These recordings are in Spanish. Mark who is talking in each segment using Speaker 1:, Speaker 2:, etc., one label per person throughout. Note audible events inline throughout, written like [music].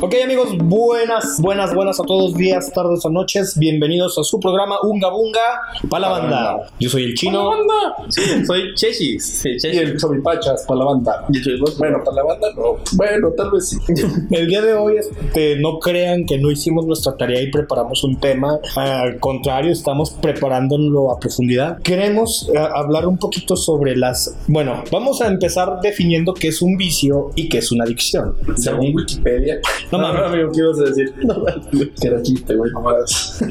Speaker 1: Ok amigos, buenas, buenas, buenas a todos, días, tardes o noches. Bienvenidos a su programa Unga Bunga para la banda. Yo soy el chino.
Speaker 2: Soy Chechis. Sí,
Speaker 3: Y el Choripachas, para la banda.
Speaker 2: Yo soy vos.
Speaker 3: Bueno, para la banda no. Bueno, tal vez sí.
Speaker 2: [laughs]
Speaker 1: El día de hoy, este, no crean que no hicimos nuestra tarea y preparamos un tema. Al contrario, estamos preparándolo a profundidad. Queremos eh, hablar un poquito sobre las. Bueno, vamos a empezar definiendo qué es un vicio y qué es una adicción.
Speaker 3: Según Wikipedia.
Speaker 1: No mames.
Speaker 3: amigo, ¿qué ibas a decir? Que era chiste, güey. mamadas.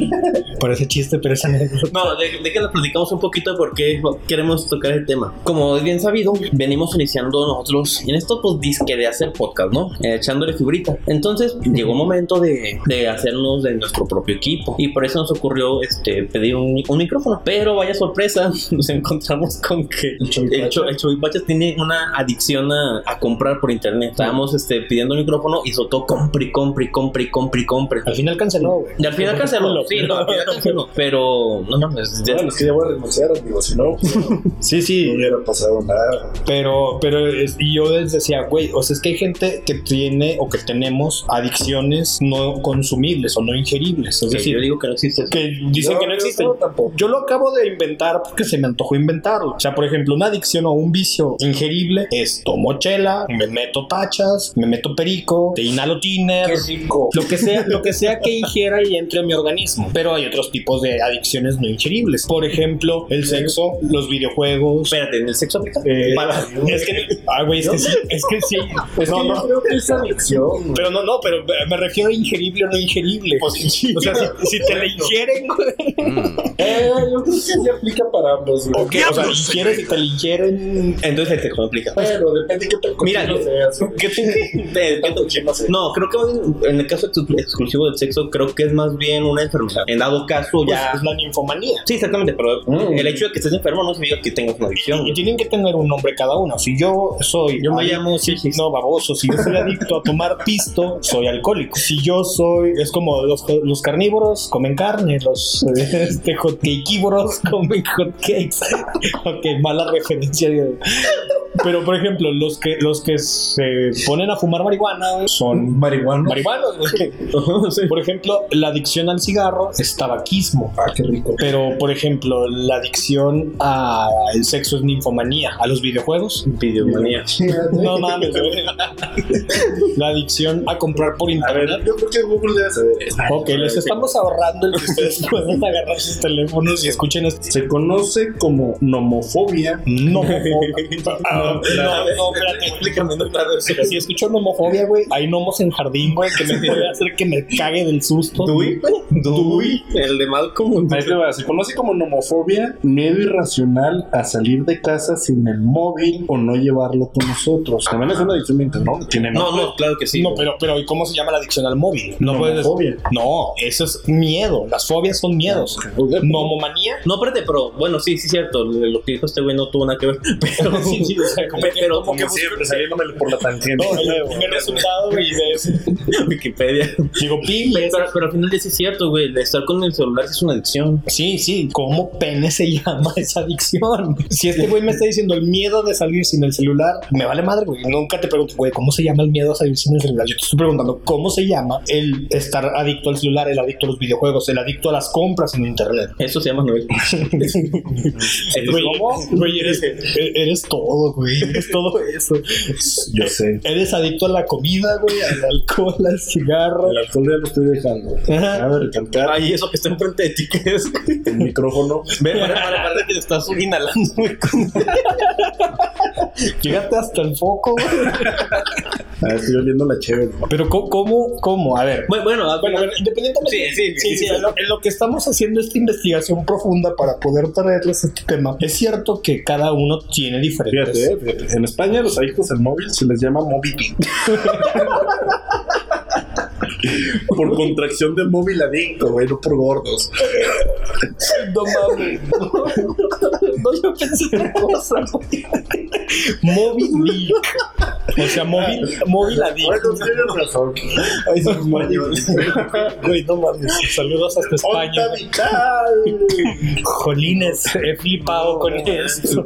Speaker 1: Parece chiste, pero es
Speaker 2: [laughs] No, de, de que nos platicamos un poquito porque queremos tocar el tema. Como es bien sabido, venimos iniciando nosotros en esto, pues, disque de hacer podcast, ¿no? Eh, echándole fibrita. Entonces, llegó un momento de, de hacernos de nuestro propio equipo y por eso nos ocurrió este, pedir un, mi- un micrófono. Pero vaya sorpresa, [laughs] nos encontramos con que
Speaker 3: El
Speaker 2: el,
Speaker 3: Choripachas.
Speaker 2: Cho- el Choripachas tiene una adicción a, a comprar por internet. Estábamos este, pidiendo un micrófono y soltó compre, compre, compre, compre, compre.
Speaker 1: Al final canceló, güey.
Speaker 2: Y al final canceló. Sí, no, al final canceló. Pero, no mames, ya-
Speaker 3: Bueno, es que ya voy a renunciar, amigo. Si no, pues, no
Speaker 1: Sí, sí.
Speaker 3: hubiera pasado nada.
Speaker 1: Pero, pero es- y yo les decía, güey, o sea, es que hay gente que tiene o que tenemos adicciones no consumibles o no ingeribles. Es
Speaker 2: que
Speaker 1: decir,
Speaker 2: yo digo que no existe.
Speaker 1: que dicen
Speaker 3: Yo-
Speaker 1: que no
Speaker 3: yo
Speaker 1: existen.
Speaker 3: no, tampoco.
Speaker 1: Yo lo acabo de inventar porque se me antojó inventarlo. O sea, por ejemplo, una adicción o un vicio ingerible es tomo chela, me meto tachas, me meto perico, te inhalo tiner.
Speaker 3: Qué rico.
Speaker 1: Lo que, sea, lo que sea que ingiera y entre a mi organismo. Pero hay otros tipos de adicciones no ingeribles. Por ejemplo, el sexo, los videojuegos.
Speaker 2: Espérate, ¿en el sexo aplica?
Speaker 1: eh, [laughs] es que, ah, güey, es que sí. Es que sí.
Speaker 3: Es
Speaker 1: No,
Speaker 3: que
Speaker 1: no.
Speaker 3: yo creo que es adicción. güey.
Speaker 1: Pero no, no, pero me refiero a ingerible o no ingerible.
Speaker 3: Positiva.
Speaker 1: O sea, si, si te la ingieren, güey.
Speaker 2: mm.
Speaker 3: Eh, yo creo que sí aplica para ambos, güey.
Speaker 1: Ok, o sea, ingieres y te la ingieren
Speaker 2: Entonces el sexo aplica.
Speaker 3: Bueno, depende de qué tan
Speaker 2: Mira,
Speaker 3: cochino
Speaker 2: yo-
Speaker 3: seas, güey.
Speaker 2: ¿Qué te- te-
Speaker 3: Qué tan
Speaker 2: qué
Speaker 3: cochino seas.
Speaker 2: te- No, creo que más bien, en el caso ex- exclusivo del sexo, creo que es más bien una enfermedad. En dado caso,
Speaker 1: pues,
Speaker 2: ya.
Speaker 1: es la ninfomanía.
Speaker 2: Sí, exactamente, pero
Speaker 3: Mm.
Speaker 2: el hecho de que estés enfermo no significa que tengas una adicción.
Speaker 1: Y tienen que tener un nombre cada uno. Si yo soy.
Speaker 2: Yo me
Speaker 1: adicto-
Speaker 2: llamo Sisis.
Speaker 1: No, baboso. Si yo soy adicto a tomar pisto, soy alcohólico. Si yo soy. Es como los, los carnívoros comen carne, los [laughs] eh, este, hotcakeívoros comen hotcakes. [laughs] ok, mala referencia. Diego. Pero, por ejemplo, los que, los que se ponen a fumar marihuana son
Speaker 3: Marihuana.
Speaker 1: marihuanos. güey. Por ejemplo, la adicción al cigarro es tabaquismo.
Speaker 3: Ah, qué rico.
Speaker 1: Pero, por ejemplo, la adicción al sexo es ninfomanía, a los videojuegos.
Speaker 2: Videomanía.
Speaker 1: [laughs] No mames, güey. La adicción a comprar por
Speaker 3: A
Speaker 1: internet.
Speaker 3: ver, yo creo que Google debe saber esto.
Speaker 1: Ok, les estamos ahorrando el que
Speaker 3: [laughs]
Speaker 1: ustedes puedan agarrar sus teléfonos y escuchen este. esto.
Speaker 3: Se conoce como [laughs] nomofobia.
Speaker 1: No, no, no, espérate,
Speaker 2: Explícame, no, claro, eso.
Speaker 1: Si escucho nomofobia, güey, hay nomos en jardín, güey, que me puede hacer que me cague del susto.
Speaker 2: Dewey, güey. Dewey. [laughs] El de Malcolm.
Speaker 3: Ahí te va. Se conoce como nomofobia, miedo irracional a salir de casa sin el móvil o no llevarlo con nosotros. También es una adicción mental, ¿no? Tiene
Speaker 2: No, no, claro que sí.
Speaker 1: no,
Speaker 2: güey.
Speaker 1: pero, pero, ¿y cómo se llama la adicción al móvil? No puedes.
Speaker 3: Nomofobia.
Speaker 1: No, eso es miedo. Las fobias son miedos.
Speaker 3: Pues
Speaker 1: Nomomanía. [laughs]
Speaker 2: No, espérate, pero bueno, sí, sí, cierto. Lo que dijo este güey no tuvo nada que ver. [laughs]
Speaker 1: [laughs]
Speaker 2: Pero,
Speaker 1: Sí, sí, o sea, como que-
Speaker 2: pero
Speaker 3: Como siempre, saliéndome por la tangente.
Speaker 1: No, el primer resultado, güey, de eso.
Speaker 2: Wikipedia.
Speaker 1: Digo,
Speaker 2: [laughs]
Speaker 1: pibes.
Speaker 2: Pero, pero al final sí es cierto, güey. el Estar con el celular sí es una adicción.
Speaker 1: Sí, sí, ¿cómo pene se llama esa adicción? Si este güey me está diciendo el miedo de salir sin el celular, me vale madre, güey. Nunca te pregunto, güey, ¿cómo se llama el miedo a salir sin el celular? Yo te estoy preguntando, ¿cómo se llama el estar adicto al celular, el adicto a los videojuegos, el adicto a las compras en internet? [laughs]
Speaker 2: Eso se llama Noel.
Speaker 1: Güey, Güey, eres, eh, eres todo, güey. Eres todo [laughs] eso.
Speaker 3: Yo sé.
Speaker 1: Eres adicto a la comida, güey, al alcohol, al cigarro.
Speaker 3: El alcohol ya lo estoy dejando.
Speaker 1: Ajá.
Speaker 3: A ver, recalcar
Speaker 2: Ay, eso que está enfrente de ti, ¿qué
Speaker 1: [laughs]
Speaker 2: es?
Speaker 3: el micrófono.
Speaker 2: Ve, para, para, para que te estás inhalando, güey.
Speaker 1: [laughs]
Speaker 2: con-
Speaker 1: Llegaste hasta el foco, güey.
Speaker 3: A ver, estoy oliendo la chévere.
Speaker 1: Pero ¿cómo, cómo, cómo? A ver.
Speaker 2: Bueno, bueno,
Speaker 1: Bueno, a ver, independientemente.
Speaker 2: Sí, sí, sí, sí.
Speaker 1: en, lo, en lo que estamos haciendo esta investigación profunda para poder traerles este tema, es cierto que cada uno tiene diferentes.
Speaker 3: Fíjate, eh, fíjate. en España los adictos al móvil se les llama móvil. [laughs] por contracción de móvil adicto, güey, no por gordos.
Speaker 1: No mames. No, yo pensé otra cosa. Moby Dick. O sea, móvil,
Speaker 2: Ah,
Speaker 1: móvil adicto.
Speaker 3: Bueno, tienes razón.
Speaker 1: Ay, son [laughs] españoles. Güey, no mames. Saludos hasta España.
Speaker 3: ¡Onda vital!
Speaker 1: Jolines, he flipado con esto.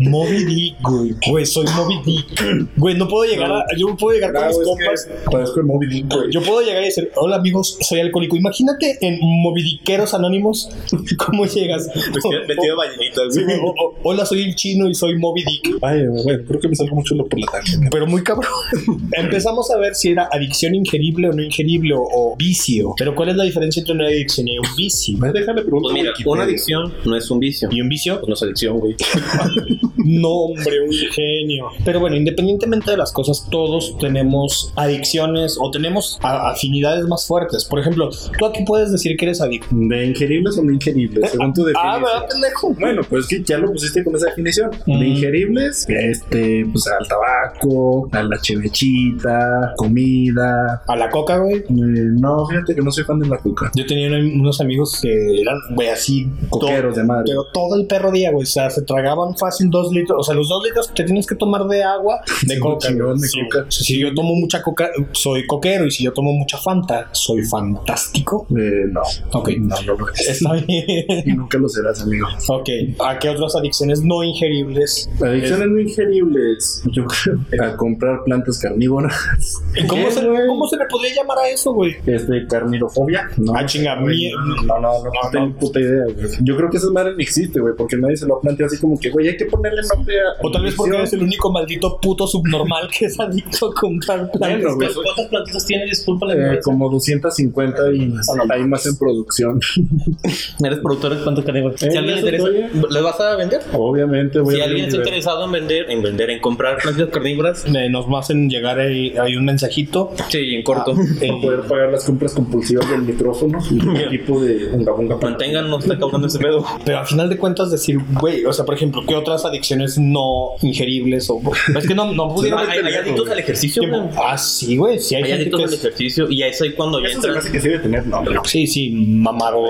Speaker 1: Moby Dick, güey. Güey, soy Moby Dick. Güey, no puedo llegar a, Yo puedo llegar con mis compas.
Speaker 3: Parezco el Moby Dick, güey.
Speaker 1: Yo puedo llegar y decir, hola amigos, soy alcohólico. Imagínate en Movidiqueros Anónimos, [laughs] ¿cómo llegas?
Speaker 2: Vestido vestido de ballenita,
Speaker 1: Sí,
Speaker 2: güey.
Speaker 1: güey, o- o- hola, soy el chino y soy Moby Dick.
Speaker 3: Ay, güey, creo que me salgo mucho lo por la tarde.
Speaker 1: Pero muy cabrón. [laughs] Empezamos a ver si era adicción ingerible o no ingerible o, o vicio. Pero ¿cuál es la diferencia entre una adicción y un vicio?
Speaker 3: Ve, Déjale preguntar.
Speaker 2: Pues mira, una adicción no es un vicio.
Speaker 1: ¿Y un vicio?
Speaker 2: No es adicción, güey.
Speaker 1: No, hombre, un genio. Pero bueno, independientemente de las cosas, todos tenemos adicciones o tenemos a- afinidades más fuertes. Por ejemplo, tú aquí puedes decir que eres adicto.
Speaker 3: ¿De ingeribles o no ingeribles? Según tu definición.
Speaker 1: Ah, ¿verdad, pendejo?
Speaker 3: Bueno, pues que ya lo pusiste con esa definición.
Speaker 1: Mm.
Speaker 3: De ingeribles, este, pues al tabaco, a la chevechita, comida.
Speaker 1: A la coca, güey.
Speaker 3: Eh, no, fíjate que no soy fan de la coca.
Speaker 1: Yo tenía un- unos amigos que eran, güey, así.
Speaker 3: Coqueros
Speaker 1: to-
Speaker 3: de madre.
Speaker 1: Pero todo el perro día, güey. O sea, se tragaban fácil dos litros. O sea, los dos litros que tienes que tomar de agua, de
Speaker 3: Sí,
Speaker 1: coca.
Speaker 3: chingón,
Speaker 1: güey.
Speaker 3: de
Speaker 1: Sí,
Speaker 3: coca.
Speaker 1: güey. Si yo tomo mucha coca, soy coquero. Y si yo tomo mucha Fanta, soy
Speaker 3: [laughs]
Speaker 1: fantástico.
Speaker 3: Eh, no.
Speaker 1: Ok.
Speaker 3: No, no
Speaker 1: [laughs]
Speaker 3: lo es.
Speaker 1: Está bien.
Speaker 3: Y nunca lo serás, amigo.
Speaker 1: ok. ¿A qué otras adicciones no ingeribles?
Speaker 3: Adicciones no ingeribles. Yo [laughs] creo a comprar plantas carnívoras.
Speaker 1: ¿Y ¿Cómo
Speaker 3: ¿Qué,
Speaker 1: se,
Speaker 3: güey?
Speaker 1: ¿Cómo se le podría llamar a eso, güey?
Speaker 3: Este, carnirofobia. No,
Speaker 1: Ah, chinga,
Speaker 3: güey,
Speaker 1: mie-
Speaker 3: no, no, no, no,
Speaker 1: no,
Speaker 3: tengo
Speaker 1: no.
Speaker 3: puta idea, güey. Yo creo que esa madre no existe, güey, porque nadie se lo ha planteado así como que, güey, hay que ponerle nombre a.
Speaker 1: O tal vez porque
Speaker 3: adicción.
Speaker 1: eres el único maldito puto subnormal que es adicto a comprar plantas.
Speaker 3: Bueno, güey.
Speaker 2: ¿Cuántas plantitas tiene? Disculpa la
Speaker 3: Eh,
Speaker 2: ignorancia.
Speaker 3: como 250 y hay más en producción. [laughs]
Speaker 2: Eres productor de plantas carnívoras. Si
Speaker 3: Eh,
Speaker 2: alguien le
Speaker 3: eso
Speaker 2: interesa,
Speaker 3: estoy-
Speaker 2: ¿les vas a vender?
Speaker 3: Obviamente, voy
Speaker 2: Si
Speaker 3: a
Speaker 2: alguien está
Speaker 3: vender.
Speaker 2: interesado en vender, en vender, en comprar plantas carnívoras,
Speaker 3: [laughs]
Speaker 1: Eh, Nos hacen llegar ahí, hay un mensajito. Ah, eh,
Speaker 2: sí, en corto.
Speaker 3: Para poder pagar las compras compulsivas del micrófono y un [laughs] equipo de unga bunga para-
Speaker 2: Mantengan, no está cabrón ese pedo.
Speaker 1: Pero al final de cuentas decir, güey, o sea, por ejemplo, ¿qué otras adicciones no ingeribles o es que no, no
Speaker 2: Hay,
Speaker 1: pudieron
Speaker 2: hay
Speaker 1: tener
Speaker 2: adictos al ejercicio,
Speaker 1: tiempo?
Speaker 2: güey.
Speaker 1: Ah, sí, güey, sí hay,
Speaker 2: Hay
Speaker 1: gente
Speaker 2: adictos
Speaker 1: que
Speaker 2: al
Speaker 1: es-
Speaker 2: ejercicio y eso es cuando ya
Speaker 3: Eso se me
Speaker 2: entran
Speaker 3: hace que sí debe tener nombre.
Speaker 1: Sí, sí, mamado.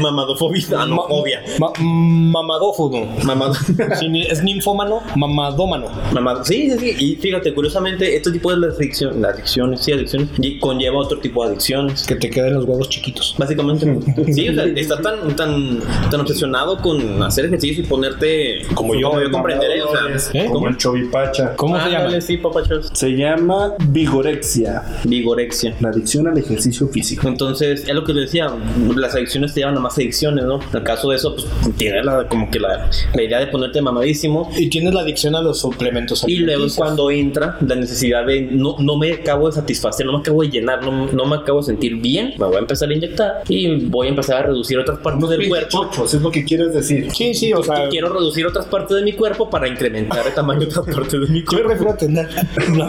Speaker 2: mamadofobia, ah, no,
Speaker 1: ma-
Speaker 3: [laughs]
Speaker 2: obvia.
Speaker 1: ma- mm, mamadófono.
Speaker 2: Mamado.
Speaker 1: Sí, ni- es ninfómano, mamadómano.
Speaker 2: Mamá, sí, sí, sí. Y fíjate, curiosamente, este tipo de adicciones, adicciones, sí, adicciones, y conlleva otro tipo de adicciones.
Speaker 1: Que te queden los huevos chiquitos.
Speaker 3: [laughs]
Speaker 2: Básicamente, sí, o sea, estás tan, tan, tan obsesionado con hacer ejercicio y ponerte
Speaker 1: Como yo,
Speaker 2: como yo comprenderé, o sea,
Speaker 1: ¿eh?
Speaker 3: Como
Speaker 1: ¿Cómo?
Speaker 3: el chovipacha.
Speaker 1: ¿Cómo se llama?
Speaker 2: Ándale, sí, papachos.
Speaker 3: Se llama vigorexia,
Speaker 2: Vigorexia.
Speaker 3: la adicción al ejercicio físico.
Speaker 2: Entonces, es lo que te decía, las adicciones te llevan a más adicciones, ¿no? En el caso de eso, pues tienes la, como que la, la idea de ponerte mamadísimo.
Speaker 1: Y tienes la adicción a los suplementos.
Speaker 2: Y luego es
Speaker 1: alimenticios.
Speaker 2: cuando entra la necesidad de no, no me acabo de satisfacer, no me acabo de llenar, no, no me acabo de sentir bien, me voy a empezar a inyectar y voy a empezar a reducir otras partes del cuerpo.
Speaker 3: Chochos,
Speaker 1: pues,
Speaker 3: es lo que quieres decir.
Speaker 1: Sí, sí, o sea.
Speaker 2: Quiero reducir otras partes de mi cuerpo para incrementar el tamaño de otras partes [laughs] de mi
Speaker 1: Yo
Speaker 2: cuerpo.
Speaker 1: prefiero tener. [laughs]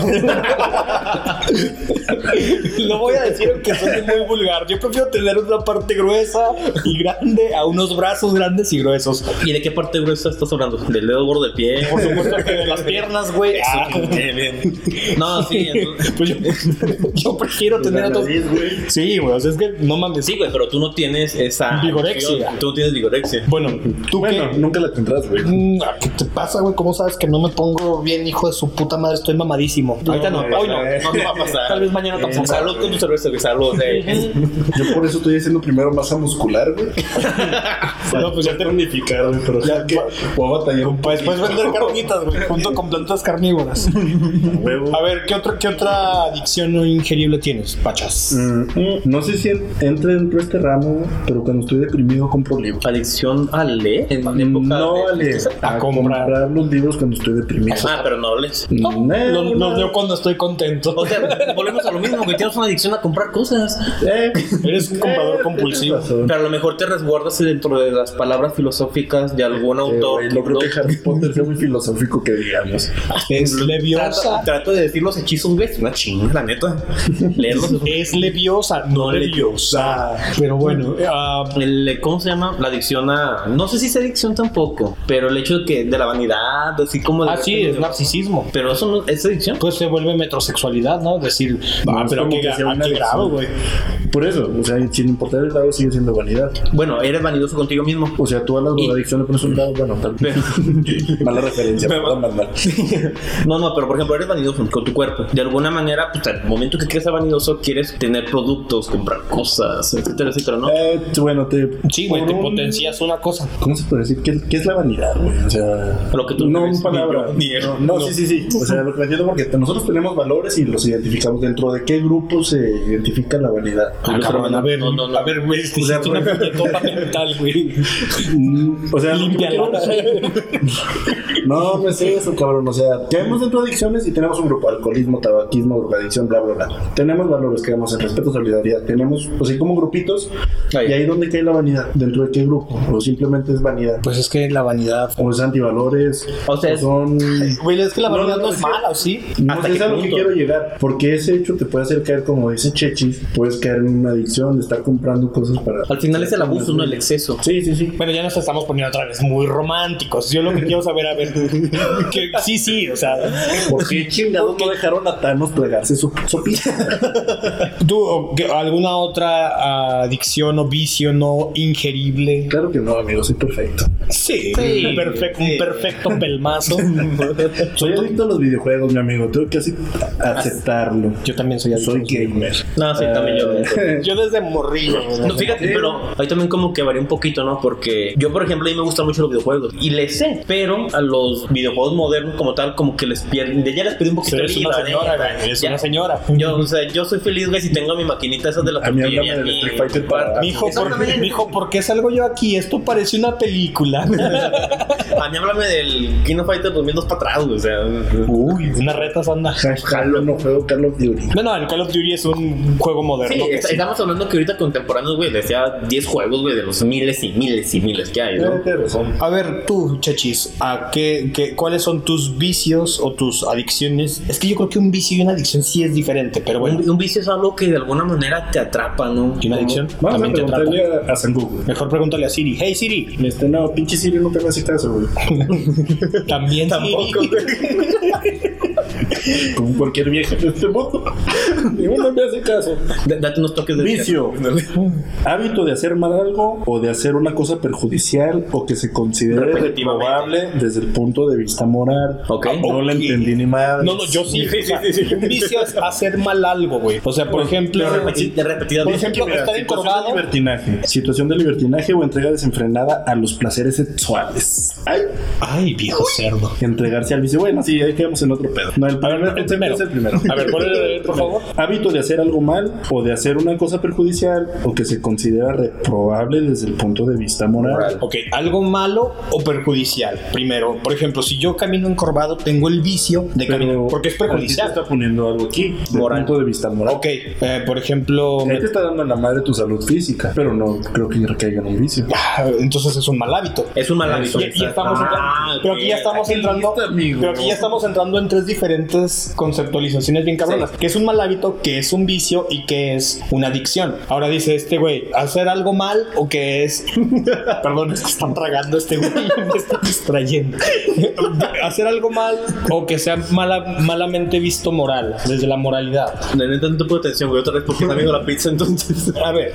Speaker 1: Lo voy a decir aunque suene muy vulgar. Yo prefiero tener una parte gruesa y grande a unos brazos grandes y gruesos.
Speaker 2: ¿Y de qué parte gruesa estás hablando? ¿Del dedo gordo del [laughs] pie?
Speaker 1: Por supuesto que de [laughs] las piernas, güey. Ah,
Speaker 2: [laughs] No, sí, entonces-
Speaker 1: pues yo, yo [laughs] prefiero
Speaker 3: Este
Speaker 1: tener a todos. Sí, güey. O sea, es que no mames.
Speaker 2: sí, güey, pero tú no tienes esa...
Speaker 1: Vigorexia.
Speaker 2: adicción, Tú no tienes vigorexia.
Speaker 1: Bueno, tú
Speaker 3: Bueno,
Speaker 1: qué.
Speaker 3: nunca la tendrás, güey.
Speaker 1: Mm, ¿a ¿Qué te pasa, güey? ¿Cómo sabes que no me pongo bien, hijo de su puta madre? Estoy mamadísimo. Ahorita no,
Speaker 3: güey,
Speaker 1: hoy no.
Speaker 3: eh.
Speaker 2: No, no va a pasar. Eh,
Speaker 1: Tal vez mañana tampoco.
Speaker 2: Salud con tu cerveza, güey, salud.
Speaker 1: [laughs]
Speaker 2: eh.
Speaker 3: Yo por eso estoy haciendo primero masa muscular, güey.
Speaker 1: No, pues ya te
Speaker 3: tonificado, güey, pero
Speaker 1: Ya,
Speaker 3: ya que
Speaker 1: pa-
Speaker 3: voy a batallar un
Speaker 1: Para después
Speaker 3: poquito.
Speaker 1: vender carnitas, güey, junto con plantas carnívoras.
Speaker 3: Huevo.
Speaker 1: A ver, ¿qué, otro, ¿qué otra adicción no ingerible tienes, Pachas?
Speaker 3: Mm, No sé si en- entra dentro de este ramo, pero cuando estoy deprimido compro libros.
Speaker 2: Adicción a leer en época
Speaker 3: No,
Speaker 2: de-
Speaker 3: Ale,
Speaker 1: a
Speaker 3: a,
Speaker 1: comprar.
Speaker 3: comprar. los libros cuando estoy deprimido. Mm,
Speaker 2: Ah, pero no lees.
Speaker 3: No,
Speaker 1: Los, los leo cuando estoy contento.
Speaker 2: O sea, volvemos a lo mismo, que tienes una adicción a comprar cosas.
Speaker 1: Eres un comprador compulsivo.
Speaker 2: Pero a lo mejor te resguardas dentro de las palabras filosóficas de
Speaker 1: Eh,
Speaker 2: algún autor.
Speaker 3: Eh, no creo que Harry Potter sea muy filosófico que digamos.
Speaker 1: Es
Speaker 2: Trato,
Speaker 1: leviosa.
Speaker 2: trato de decir los hechizos, güey. es Una chinga, la neta.
Speaker 1: [laughs]
Speaker 2: Leerlos. es un-
Speaker 1: Es leviosa, no leviosa. Pero bueno, ah,
Speaker 2: El, eh, ¿Cómo se llama? La adicción a. No sé si es adicción tampoco, pero el hecho de que de la vanidad, así como de.
Speaker 1: ah, sí, es narcisismo.
Speaker 2: Pero eso no es adicción.
Speaker 1: Pues se vuelve metrosexualidad, ¿no? Decir,
Speaker 3: No,
Speaker 1: ah,
Speaker 3: es
Speaker 1: pero a
Speaker 3: como
Speaker 1: qué,
Speaker 3: que sea
Speaker 1: a
Speaker 3: una
Speaker 1: qué grado,
Speaker 3: adicción.
Speaker 1: güey.
Speaker 3: Por eso, o sea, sin importar el lado, sigue siendo vanidad.
Speaker 2: Bueno, eres vanidoso contigo mismo. [laughs]
Speaker 3: O sea, tú a la drogadicción le pones un lado, bueno, tal vez. Mala referencia, perdón, Manuel.
Speaker 2: No, no, pero por ejemplo, eres vanidoso con tu cuerpo. De alguna manera, pues al momento que quieres ser vanidoso, quieres tener productos, comprar cosas, etcétera, etcétera, ¿no?
Speaker 3: Eh, bueno, te.
Speaker 1: Sí, güey,
Speaker 3: por
Speaker 1: te
Speaker 3: un-
Speaker 1: potencias una cosa.
Speaker 3: ¿Cómo se puede decir? ¿Qué, qué es la vanidad, güey? O sea.
Speaker 2: Lo que tú
Speaker 3: no
Speaker 2: crees,
Speaker 3: en palabras.
Speaker 2: ni yo, ni él.
Speaker 3: no, no, sí, sí, sí. O sea, lo que entiendo porque nosotros tenemos valores y los identificamos. ¿Dentro de qué grupo se identifica la vanidad?
Speaker 2: Ah, cabrón,
Speaker 1: a ver,
Speaker 2: no, no, no.
Speaker 1: a ver, güey,
Speaker 3: O sea,
Speaker 1: es [laughs] una
Speaker 3: por-
Speaker 1: puñetota mental, güey.
Speaker 3: Mm, O sea, lo que me quiero
Speaker 1: Límpiala.
Speaker 3: decir- No, no es eso, cabrón. O sea, caemos dentro de adicciones y tenemos un grupo: alcoholismo, tabaquismo, drogadicción, bla, bla, bla. Tenemos valores, quedamos en respeto, solidaridad. Tenemos, o sea, como grupitos.
Speaker 2: Ahí.
Speaker 3: ¿Y ahí dónde cae la vanidad? ¿Dentro de qué grupo? ¿O simplemente es vanidad?
Speaker 1: Pues es que la vanidad.
Speaker 3: ¿O es antivalores?
Speaker 2: O sea, es- [laughs]
Speaker 3: son.
Speaker 1: Güey, es que la
Speaker 3: No,
Speaker 1: vanidad
Speaker 3: no,
Speaker 1: no
Speaker 3: no,
Speaker 1: es
Speaker 3: sí.
Speaker 1: mala, ¿o sí?
Speaker 3: No,
Speaker 2: ¿Hasta
Speaker 3: es
Speaker 2: qué
Speaker 3: a lo que
Speaker 2: punto?
Speaker 3: quiero llegar, porque ese hecho te puede hacer caer, como dice Chechis, puedes caer en una adicción de estar comprando cosas para...
Speaker 2: Al final es el abuso, no el exceso.
Speaker 3: Sí, sí, sí.
Speaker 1: Bueno, ya nos estamos poniendo otra vez muy románticos. Yo lo que quiero saber, a ver. que- sí, sí, o sea.
Speaker 2: [laughs]
Speaker 3: ¿Por qué chingados no dejaron a Thanos plegarse su sopita?
Speaker 1: ¿Tú o qué- alguna otra adicción o vicio no ingerible?
Speaker 3: [laughs] claro que no, amigo, soy perfecto.
Speaker 1: Sí,
Speaker 2: Sí,
Speaker 1: perfecto,
Speaker 2: sí.
Speaker 1: un perfecto [laughs] pelmazo.
Speaker 3: Soy adicto a los videojuegos, mi amigo, tengo que ace- aceptarlo.
Speaker 1: Yo también soy adicto.
Speaker 3: Soy gamer.
Speaker 2: No, sí, también
Speaker 3: Eh,
Speaker 2: yo.
Speaker 1: Yo desde morrillo.
Speaker 2: No, fíjate, pero ahí también como que varía un poquito, ¿no? Porque yo, por ejemplo, a mí me gustan mucho los videojuegos y les sé, pero a los videojuegos modernos como tal, como que les pierden. Ya les perdí un poquito
Speaker 1: Eres
Speaker 2: el
Speaker 1: una
Speaker 2: hilo,
Speaker 1: señora,
Speaker 2: ¿eh?
Speaker 1: güey, eres
Speaker 2: Ya.
Speaker 1: una señora.
Speaker 2: Yo, o sea, yo soy feliz, güey, si tengo mi maquinita esa de la
Speaker 3: A mí
Speaker 2: tortillería
Speaker 3: háblame de
Speaker 2: aquí,
Speaker 3: Street Fighter
Speaker 2: cuarta.
Speaker 3: para-
Speaker 1: Mijo, ¿por, mijo, ¿por qué salgo yo aquí? Esto parece una
Speaker 2: [laughs]
Speaker 1: película.
Speaker 2: A mí háblame del King of Fighter 2002 para atrás, güey, o sea...
Speaker 1: Uy, [laughs] una reta sanda.
Speaker 3: Jalo, no juego Call of Duty.
Speaker 1: Bueno, el Call of Duty es un juego moderno.
Speaker 2: Sí,
Speaker 1: que
Speaker 2: está-
Speaker 1: sí.
Speaker 2: estamos hablando que ahorita contemporáneos, güey, decía 10 juegos, güey, de los miles y miles y miles que hay, ¿no?
Speaker 3: Tienes razón.
Speaker 1: A ver, tú, Chachis, ¿a qué, qué- ¿cuáles son tus vicios o tus adicciones? Es que yo creo que un vicio y una adicción sí es diferente, pero bueno.
Speaker 2: Un, un vicio es algo que de alguna manera te atrapa, ¿no?
Speaker 1: ¿Y una
Speaker 2: Como-
Speaker 1: adicción?
Speaker 3: Vamos a
Speaker 1: También te
Speaker 3: preguntarle a, a San Google.
Speaker 1: Mejor pregúntale a Siri. Hey Siri.
Speaker 3: Este, no, pinche Siri no te me hace caso, güey.
Speaker 1: También [laughs]
Speaker 2: Tampoco,
Speaker 1: Siri.
Speaker 2: güey.
Speaker 3: Como cualquier vieja de este mundo. Ninguno me hace caso.
Speaker 2: D- Date unos toques de
Speaker 3: Vicio. [laughs] Hábito de hacer mal algo o de hacer una cosa perjudicial o que se considere
Speaker 2: Repetitivamente.
Speaker 3: reprobable desde el punto de vista moral.
Speaker 2: Ok.
Speaker 3: No la entendí ni madre.
Speaker 1: No, no, yo sí. o sea, Un vicio es hacer mal algo, güey. O sea, por ejemplo,
Speaker 2: De repeti- de repetidas
Speaker 1: por
Speaker 2: veces.
Speaker 1: ejemplo,
Speaker 3: Mira,
Speaker 1: estar
Speaker 3: situación
Speaker 1: encorvado.
Speaker 3: de libertinaje. Situación de libertinaje o entrega desenfrenada a los placeres sexuales. Ay,
Speaker 1: Ay, viejo cerdo.
Speaker 3: entregarse al vicio. Bueno, sí, ahí quedamos en otro pedo. No, el
Speaker 1: A ver, el
Speaker 3: primer concepto
Speaker 1: primero.
Speaker 3: es el primero.
Speaker 1: A ver,
Speaker 3: [laughs]
Speaker 1: ponle, por favor.
Speaker 3: Hábito de hacer algo mal o de hacer una cosa perjudicial o que se considera reprobable desde el punto de vista moral.
Speaker 1: Ok, algo malo o perjudicial. Primero, por ejemplo, si yo camino encorvado, tengo el vicio de
Speaker 3: Pero-
Speaker 1: caminar. Porque es
Speaker 3: Aquí
Speaker 1: perjudicial.
Speaker 3: te está poniendo algo aquí, desde
Speaker 2: Moral.
Speaker 3: el punto de vista moral.
Speaker 1: Ok, eh, por ejemplo,
Speaker 3: Ahí
Speaker 1: me-
Speaker 3: te está dando en la madre tu salud física, pero no creo que recaiga en un vicio.
Speaker 1: Ah, [laughs] entonces es un mal hábito.
Speaker 2: Es un mal hábito. Ah,
Speaker 1: Y aquí estamos
Speaker 3: Ah,
Speaker 1: entrando- pero aquí ya estamos entrando, pero aquí ya estamos entrando en tres diferentes conceptualizaciones bien cabronas, que es un mal hábito, que es un vicio y que es una adicción. Ahora dice este güey, hacer algo mal o que es [laughs] Perdón, es que están tragando este güey, me está distrayendo. [laughs] hacer algo mal o que sea mala, malamente visto moral, desde la moralidad.
Speaker 2: No hay tanto tipo de atención, güey. Otra vez porque está viendo la pizza, entonces.
Speaker 1: A ver,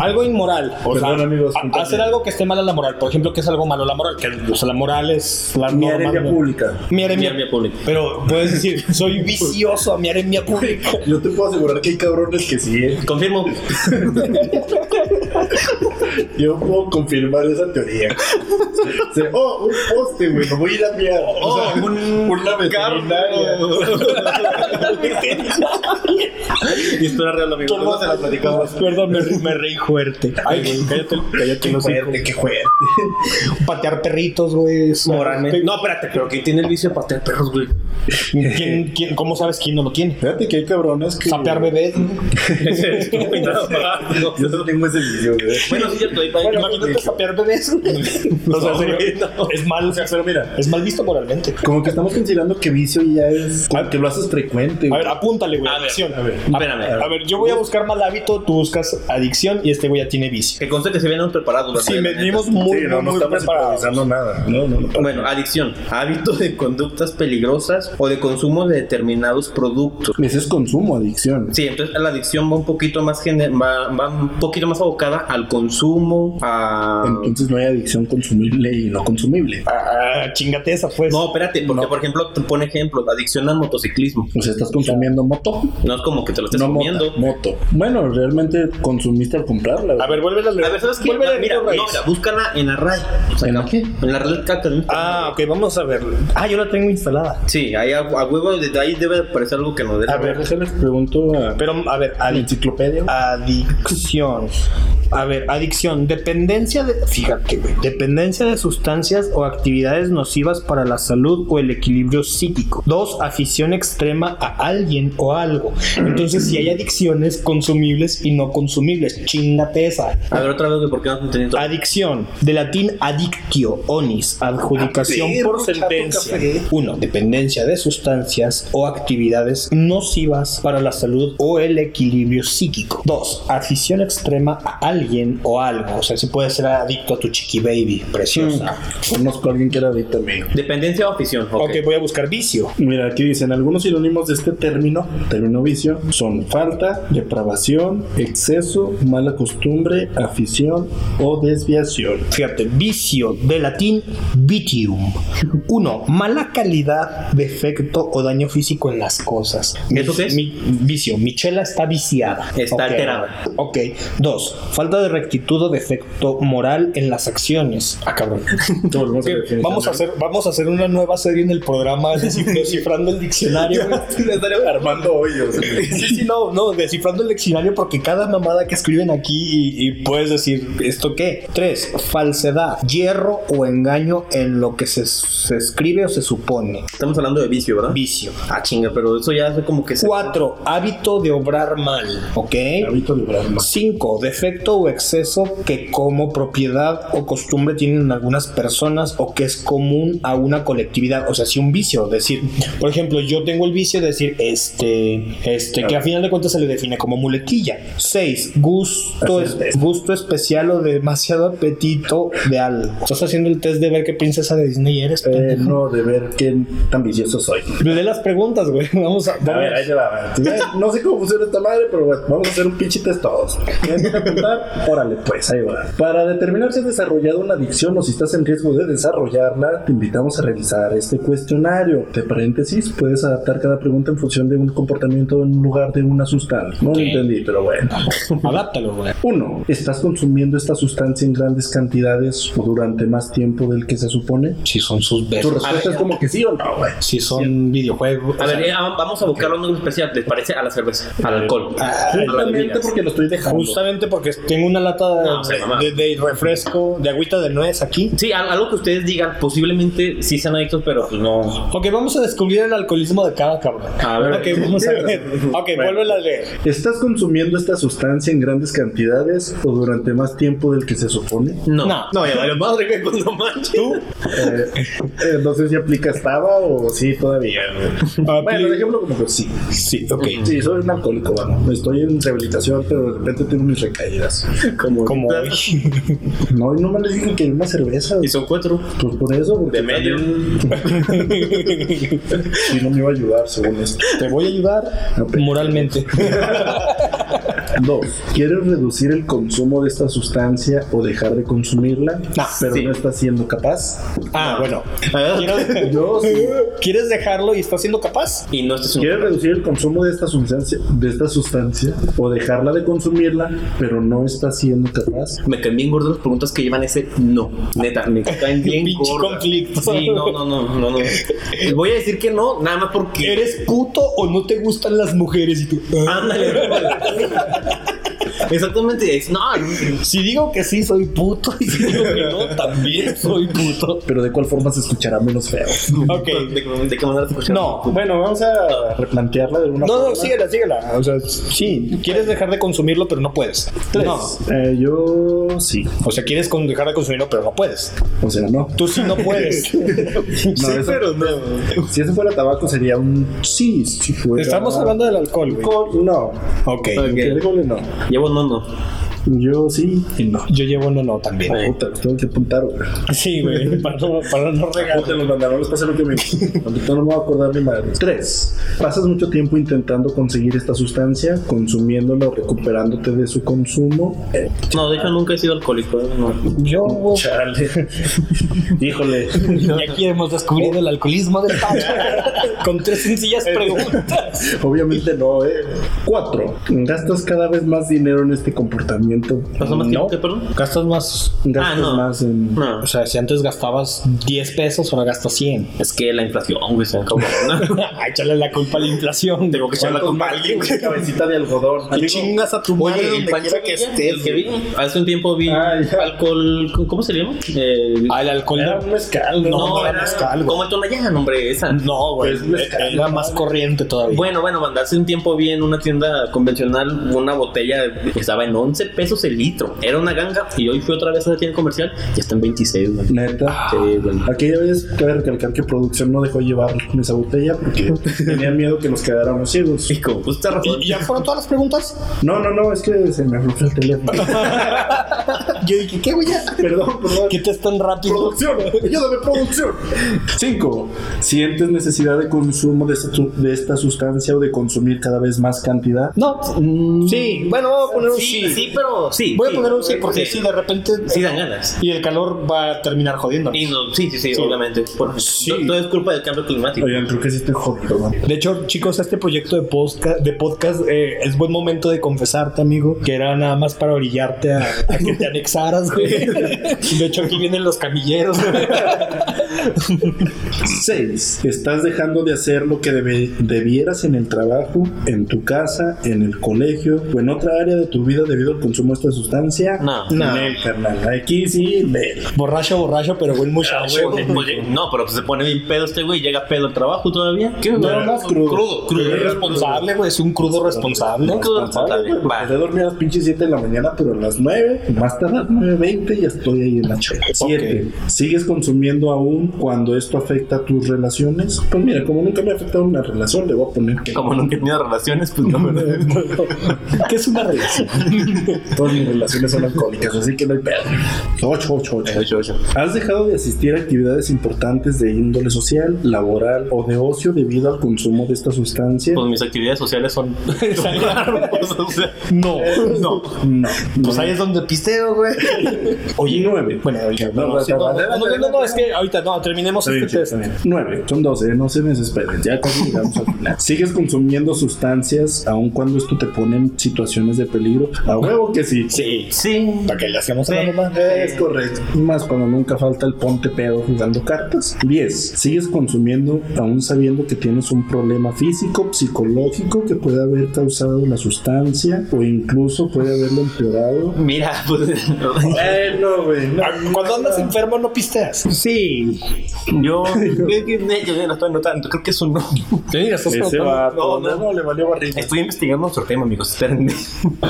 Speaker 1: algo inmoral. O
Speaker 3: Perdón,
Speaker 1: sea,
Speaker 3: amigos,
Speaker 1: a-
Speaker 3: contadme.
Speaker 1: hacer algo que esté mal a la moral. Por ejemplo, que es algo malo la moral. Que, o sea, la moral es la
Speaker 3: Mi
Speaker 1: norma,
Speaker 3: arenga
Speaker 1: ¿no?
Speaker 3: pública.
Speaker 1: Mi aremia.
Speaker 2: Mi aremia pública.
Speaker 1: Pero puedes decir, soy vicioso a mi aremia pública.
Speaker 3: Yo te puedo asegurar que hay cabrones que sí, ¿eh?
Speaker 2: Confirmo.
Speaker 3: Yo puedo confirmar esa teoría. O sea, oh, un poste, güey, lo voy a ir a enviar. O sea,
Speaker 2: Oh, un-
Speaker 3: una veterinaria.
Speaker 2: [laughs] Y esto era real, amigo.
Speaker 3: Luego se la platicamos.
Speaker 1: Perdón, me, me reí fuerte. Ay, güey, cállate, cállate.
Speaker 3: Qué
Speaker 1: los hijos.
Speaker 3: fuerte, qué fuerte.
Speaker 1: [laughs] Patear perritos, güey. es-
Speaker 2: Moralmente. No, espérate, pero ¿quién tiene el vicio de patear perros,
Speaker 3: [laughs]
Speaker 2: güey?
Speaker 1: ¿Quién- quién- cómo sabes quién no lo tiene?
Speaker 3: Fíjate que hay cabrones que.
Speaker 1: Sapear bebés.
Speaker 2: Ese eres tú, güey, nada más. No.
Speaker 3: Yo no tengo ese vicio, güey.
Speaker 2: Bueno, sí, cierto. ahí va.
Speaker 1: Imagínate sapear bebés. O sea,
Speaker 2: No, güey, no.
Speaker 1: es mal,
Speaker 3: Pero mira,
Speaker 1: es mal visto moralmente.
Speaker 3: como que estamos considerando que vicio ya es. Como que lo haces frecuente,
Speaker 1: A
Speaker 3: güey.
Speaker 1: ver, apúntale, güey.
Speaker 2: A ver,
Speaker 1: Adicción.
Speaker 3: a ver,
Speaker 2: espérame.
Speaker 1: A ver, yo voy a buscar mal hábito, tú buscas adicción y este güey ya tiene vicio.
Speaker 2: Que conste que se vienen preparados, ¿verdad?
Speaker 1: Sí, venimos muy,
Speaker 3: Sí,
Speaker 1: muy,
Speaker 3: no, no
Speaker 1: muy
Speaker 3: estamos
Speaker 1: preparados. ah.
Speaker 3: improvisando nada. No, no, no.
Speaker 2: Bueno, adicción, hábito de conductas peligrosas o de consumo de determinados productos.
Speaker 3: Ese es consumo, adicción.
Speaker 2: Sí, entonces la adicción va un poquito más gene- va, va un poquito más abocada al consumo, a...
Speaker 3: Entonces no hay adicción consumible y no consumible.
Speaker 1: Ah, chingate esa, pues.
Speaker 2: No, espérate, porque
Speaker 3: No.
Speaker 2: por ejemplo, te pone ejemplo, la adicción al motociclismo.
Speaker 3: O sea, estás consumiendo moto,
Speaker 2: No es como que te lo estés
Speaker 3: no
Speaker 2: comiendo.
Speaker 3: moto, moto. Bueno, realmente consumiste al comprarla. güey.
Speaker 1: A ver, vuelve a leer.
Speaker 2: A ver, ¿sabes qué?
Speaker 1: Vuélvela a
Speaker 2: Mira,
Speaker 1: leer,
Speaker 2: no,
Speaker 1: Raiz.
Speaker 2: mira, búscala en la RAI. O sea,
Speaker 3: ¿En la
Speaker 2: no,
Speaker 3: qué?
Speaker 2: En la red Caca.
Speaker 1: Ah, ok, vamos a verlo. Ah, yo la tengo instalada.
Speaker 2: Sí, ahí a, a huevo, desde ahí debe de aparecer algo que nos dé.
Speaker 1: A
Speaker 3: A
Speaker 1: ver.
Speaker 3: ver, déjenles pregunto a,
Speaker 1: Pero, a ver,
Speaker 3: a la
Speaker 1: adic-
Speaker 3: enciclopedia.
Speaker 1: adicción. A ver, adicción, dependencia de, fíjate, güey, dependencia de sustancias o actividades nocivas para la salud o el equilibrio psíquico. Dos, afición extrema a alguien o algo. Entonces, si hay adicciones consumibles y no consumibles, chingate esa.
Speaker 2: A ver, otra vez, güey, ¿por qué no has entendido?
Speaker 1: Adicción, de latín adictio, onis, adjudicación
Speaker 3: A ver,
Speaker 1: por
Speaker 3: chato
Speaker 1: sentencia.
Speaker 3: café.
Speaker 1: 1. Dependencia de sustancias o actividades nocivas para la salud o el equilibrio psíquico. 2. Afición extrema a alguien o algo. O sea, si puedes ser adicto a tu chiqui baby, preciosa.
Speaker 3: Mm, Conozco a alguien que era adicto a mí.
Speaker 2: Dependencia o afición.
Speaker 1: Ok,
Speaker 2: Ok.
Speaker 1: voy a buscar vicio.
Speaker 3: Mira, aquí dicen algunos sinónimos de este término, término vicio, son falta, depravación, exceso, mala costumbre, afición o desviación.
Speaker 1: Fíjate, vicio de latín vitium. 1. Mala calidad, defecto o daño físico en las cosas.
Speaker 2: ¿Eso qué es?
Speaker 1: Mi- vicio. Michela está viciada.
Speaker 2: Está
Speaker 1: Ok.
Speaker 2: alterada.
Speaker 1: Ok. 2. Falta de rectitud o defecto moral en las acciones. Ah, cabrón.
Speaker 3: Volvemos a la definición.
Speaker 1: Vamos a, hacer, vamos a hacer una nueva serie en el programa Descifrando el
Speaker 3: [laughs]
Speaker 1: Diccionario. güey.
Speaker 3: Armando hoyos.
Speaker 1: Sí, sí, no, no, descifrando el diccionario porque cada mamada que escriben aquí y, y puedes decir, ¿esto qué? 3. Falsedad, hierro o engaño en lo que se, se escribe o se supone.
Speaker 2: Estamos hablando de vicio, ¿verdad?
Speaker 1: Vicio.
Speaker 2: Ah, chinga, pero eso ya es como que... se-
Speaker 1: 4. Hábito de obrar mal, ¿ok?
Speaker 3: Hábito de obrar mal.
Speaker 1: 5. Defecto o exceso que como propiedad o costumbre tienen algunas personas o que es común a una colectividad. O sea, si un vicio, decir, por ejemplo, yo tengo el vicio de decir, este, este, que a final de cuentas se le define como muletilla. 6. Gusto,
Speaker 3: Hacer
Speaker 1: es-
Speaker 3: test.
Speaker 1: gusto especial o demasiado apetito de algo. Estás haciendo el test de ver qué princesa de Disney eres.
Speaker 3: Eh,
Speaker 1: pendejo?
Speaker 3: no, de ver qué tan vicioso soy.
Speaker 1: Le las preguntas, güey. [laughs] Vamos a,
Speaker 3: A ver, ahí te va. a ver. No sé cómo funciona esta madre, pero bueno, vamos a hacer un pinche test todos. ¿Quieres apuntar? Órale, pues, ahí va. Para determinar si has desarrollado una adicción o si estás en riesgo de desarrollarla, te invitamos a realizar este cuestionario. De paréntesis, puedes adaptar cada pregunta en función de un comportamiento en lugar de una sustancia. No lo entendí, pero bueno.
Speaker 1: Adáptalo, güey.
Speaker 3: 1. ¿Estás consumiendo esta sustancia en grandes cantidades o durante más tiempo del que se supone?
Speaker 1: Si son sus
Speaker 3: Tu
Speaker 1: besos.
Speaker 3: respuesta es como que sí o no, güey.
Speaker 1: Si son videojuegos.
Speaker 2: A ver, eh, ah, vamos a buscar un nombre especial, ¿les parece? A la cerveza, al alcohol.
Speaker 1: Ah,
Speaker 2: A las
Speaker 3: Justamente
Speaker 2: bebidas.
Speaker 3: porque lo estoy dejando.
Speaker 1: Justamente porque tengo una lata
Speaker 2: No, se
Speaker 1: de,
Speaker 2: mamá.
Speaker 1: de- de refresco, de agüita de nuez aquí.
Speaker 2: Sí, al- algo que ustedes digan, posiblemente sí sean adictos, pero pues no.
Speaker 1: Ok, vamos a descubrir el alcoholismo de cada cabrón.
Speaker 2: A ver.
Speaker 1: ok, vamos a ver. Ok,
Speaker 3: Bueno.
Speaker 1: vuelve a leer.
Speaker 3: ¿Estás consumiendo esta sustancia en grandes cantidades o durante más tiempo del que se supone?
Speaker 2: No.
Speaker 1: No.
Speaker 2: ya valió madre, güey, pues no manches.
Speaker 3: Eh, eh, no sé si aplica estaba o sí todavía. güey.
Speaker 1: Ah,
Speaker 3: Bueno,
Speaker 1: sí.
Speaker 3: dejémoslo como que sí.
Speaker 1: Sí, ok.
Speaker 3: Sí, soy un alcohólico, vamos. Estoy en rehabilitación, pero de repente tengo mis recaídas. Como,
Speaker 1: Como hoy. [laughs]
Speaker 3: No, y no me les dicen que una cerveza.
Speaker 2: Y son cuatro.
Speaker 3: Pues por eso, porque
Speaker 2: De medio.
Speaker 1: Te
Speaker 3: si no me iba a ayudar, según esto.
Speaker 1: voy a ayudar moralmente.
Speaker 3: Dos, ¿quieres reducir el consumo de esta sustancia o dejar de consumirla?
Speaker 1: Ah,
Speaker 3: pero
Speaker 2: sí.
Speaker 3: no estás siendo capaz.
Speaker 1: Ah, bueno. ¿Quieres,
Speaker 3: Yo sí.
Speaker 1: ¿Quieres dejarlo y estás siendo capaz?
Speaker 2: Y no este es un.
Speaker 3: ¿Quieres reducir el consumo de esta sustancia, de esta sustancia o dejarla de consumirla, pero no está siendo capaz?
Speaker 2: Me caen bien gordas las preguntas que llevan ese no. Neta, me [laughs] caen bien
Speaker 1: Pinche
Speaker 2: gordas.
Speaker 1: conflicto.
Speaker 2: Sí, no, no, no, no, [laughs] no. Voy a decir que no, nada más porque.
Speaker 1: ¿Eres puto o no te gustan las mujeres? Y tú, ah.
Speaker 2: [laughs] Ándale. Exactamente, es no.
Speaker 1: Si digo que sí, soy puto. [laughs] Y si digo que no, también soy puto.
Speaker 3: Pero de cuál forma se escuchará menos feo.
Speaker 1: Ok.
Speaker 2: ¿De, de qué manera te escucharon?
Speaker 1: No,
Speaker 3: Bueno, vamos a replantearla de alguna
Speaker 1: No,
Speaker 3: forma.
Speaker 1: no, síguela, síguela. O sea, sí, quieres dejar de consumirlo, pero no puedes.
Speaker 3: Tres.
Speaker 1: No.
Speaker 3: Eh, yo sí.
Speaker 1: O sea, quieres con- dejar de consumirlo, pero no puedes.
Speaker 3: O sea, no.
Speaker 1: Tú sí no puedes. [laughs]
Speaker 3: No, eso-
Speaker 1: no.
Speaker 3: Si eso fuera tabaco sería un sí. Si
Speaker 1: Pues
Speaker 3: fuera
Speaker 1: Estamos hablando del alcohol, güey.
Speaker 3: alcohol, no.
Speaker 1: Ah. Ok.
Speaker 2: Ok.
Speaker 3: El alcohol, no.
Speaker 2: Llevo no, no.
Speaker 3: Yo sí y no.
Speaker 1: Yo llevo uno no también.
Speaker 3: Puta, los tengo que apuntar, güey.
Speaker 1: Sí, güey, [laughs] para no, para no regalar.
Speaker 3: Te los pantalones pasa lo que me. [laughs] Ahorita no me voy a acordar mi madre. Tres. Pasas mucho tiempo intentando conseguir esta sustancia, consumiéndola o recuperándote de su consumo. Eh,
Speaker 2: No, de hecho nunca he sido alcohólico. eh, no.
Speaker 1: Yo, güey,
Speaker 3: [laughs] Chale. Híjole.
Speaker 1: y aquí hemos descubierto el alcoholismo del Pacho [laughs] con tres sencillas [laughs] preguntas.
Speaker 3: Obviamente no, eh. Cuatro. Gastas cada vez más dinero en este comportamiento.
Speaker 2: ¿Pasó más
Speaker 1: No.
Speaker 2: tiempo que perdón?
Speaker 1: Gastas más.
Speaker 3: Gastas
Speaker 2: Ah, no.
Speaker 3: más en.
Speaker 2: No.
Speaker 1: O sea, si antes gastabas 10 pesos, ahora gastas 100.
Speaker 2: Es que la inflación, güey,
Speaker 1: [laughs]
Speaker 2: se acabó. [laughs] ¿no?
Speaker 1: Ay, Échale la culpa a la inflación. Tengo que
Speaker 2: echarla
Speaker 1: culpa.
Speaker 3: alguien, [laughs] güey. Cabecita de algodón.
Speaker 1: Y chingas a tu madre
Speaker 2: Oye, el
Speaker 1: donde
Speaker 2: Pancho
Speaker 1: quiera que
Speaker 2: que
Speaker 1: estés.
Speaker 2: que vi. Hace un tiempo vi
Speaker 3: Ah, ya.
Speaker 2: alcohol. ¿Cómo se llama? Eh,
Speaker 1: [laughs] Al alcohol.
Speaker 3: Era un mezcal, ¿no?
Speaker 1: no, era mezcal, güey.
Speaker 2: Como el Tonayán, hombre, esa.
Speaker 1: No, güey.
Speaker 3: Pues mezcal,
Speaker 1: era más corriente todavía.
Speaker 2: Bueno, bueno, mandarse un tiempo vi en una tienda convencional una botella que estaba en 11 pesos el litro. Era una ganga y hoy fui otra vez a la tienda comercial y está en 26, güey.
Speaker 3: Neta.
Speaker 2: Sí, güey.
Speaker 3: Aquella vez cabe recalcar que producción no dejó llevar esa botella porque tenía miedo que nos quedáramos ciegos.
Speaker 2: Y con justa razón.
Speaker 1: ¿Y ya fueron todas las preguntas?
Speaker 3: No, no, no, es que se me aflojó el [laughs] teléfono.
Speaker 1: Yo dije, ¿qué, güey?
Speaker 3: perdón, perdón.
Speaker 1: ¿Qué te es tan rápido?
Speaker 3: Producción, ayúdame, producción. 5. ¿Sientes necesidad de consumo de esta, su- de esta sustancia o de consumir cada vez más cantidad?
Speaker 1: No. sí. Bueno, voy a poner un sí.
Speaker 2: pero sí.
Speaker 1: Voy a
Speaker 2: sí.
Speaker 1: poner un sí porque si de repente.
Speaker 2: Sí dan ganas.
Speaker 1: Y el calor va a terminar jodiendo.
Speaker 2: Y no- sí, sí, sí,
Speaker 1: Sí.
Speaker 2: obviamente. Por-
Speaker 1: Sí.
Speaker 2: to- Todo es culpa del cambio climático.
Speaker 3: Oigan, creo que sí estoy jodido, ¿no?
Speaker 1: De hecho, chicos, este proyecto de podcast, de podcast eh, es buen momento de confesarte, amigo, que era nada más para orillarte a, a que [laughs] te anexaras, güey. De hecho, aquí vienen los camilleros. güey.
Speaker 3: 6. ¿Estás dejando de hacer lo que debe- debieras en el trabajo, en tu casa, en el colegio o en otra área de tu vida debido al consumo de esta sustancia?
Speaker 2: No.
Speaker 1: No.
Speaker 3: Nel, carnal. Aquí sí, Nel.
Speaker 1: Borracho, borracho, pero buen muchacho.
Speaker 2: Pues, pues, No, pero se pone bien pedo este güey, llega pedo al trabajo todavía. ¿Qué
Speaker 3: No,
Speaker 2: güey?
Speaker 3: no, crudo.
Speaker 2: Crudo, crudo.
Speaker 3: Pero
Speaker 1: Responsable, güey. Es un crudo responsable.
Speaker 2: Crudo
Speaker 3: Responsable, güey,
Speaker 2: responsable.
Speaker 3: porque
Speaker 2: Va.
Speaker 3: Te dormí a las pinches 7 de la mañana, pero a las 9, más tarde a las 9.20 ya estoy ahí en la chela. 7. ¿Sigues consumiendo aún cuando esto afecta a tus relaciones? Pues mira, como nunca me ha afectado una relación, le voy a poner
Speaker 2: [laughs]
Speaker 3: que
Speaker 2: Como nunca he tenido relaciones, pues no,
Speaker 3: [laughs]
Speaker 2: ¿verdad?
Speaker 1: ¿Qué es una relación?
Speaker 3: todas mis relaciones son alcohólicas, así que no hay pedo. 8, 8, 8.
Speaker 2: Ocho, ocho.
Speaker 3: ¿Has dejado de asistir a actividades importantes de índole social, laboral o de ocio debido al consumo de esta sustancia?
Speaker 2: Pues mis actividades sociales son. [laughs] pues, o sea,
Speaker 1: No.
Speaker 2: no.
Speaker 3: no.
Speaker 1: Pues ahí es donde pisteo, güey.
Speaker 3: Oye, 9.
Speaker 1: Bueno, oye,
Speaker 3: No,
Speaker 1: no, sí, no,
Speaker 3: no,
Speaker 1: no, no, no, no, es que ahorita no, terminemos este test.
Speaker 3: 9, son 12, no se desesperen, ya casi llegamos al final. Sigues consumiendo sustancias, aun cuando esto te pone en situaciones de peligro. A huevo que sí.
Speaker 1: Sí.
Speaker 2: Sí.
Speaker 1: Para que le hacemos
Speaker 2: Sí.
Speaker 1: la mamá.
Speaker 3: Es correcto. Y Más cuando nunca falta el ponte pedo jugando cartas. 10. Sigues consumiendo aún sabiendo que tienes un problema físico, psicológico que puede haber causado la sustancia o incluso puede haberlo empeorado.
Speaker 2: [laughs] Mira, pues. [laughs]
Speaker 3: Bueno, güey. no.
Speaker 1: Ah, Cuando andas enfermo no pisteas.
Speaker 2: Sí. Yo. Creo que yo ya lo estoy notando. Creo que es un no.
Speaker 1: Sí, estás
Speaker 3: Ese
Speaker 1: contando.
Speaker 3: vato,
Speaker 2: No, no.
Speaker 3: le valió barriga.
Speaker 2: Estoy investigando otro tema, amigos. Esperen.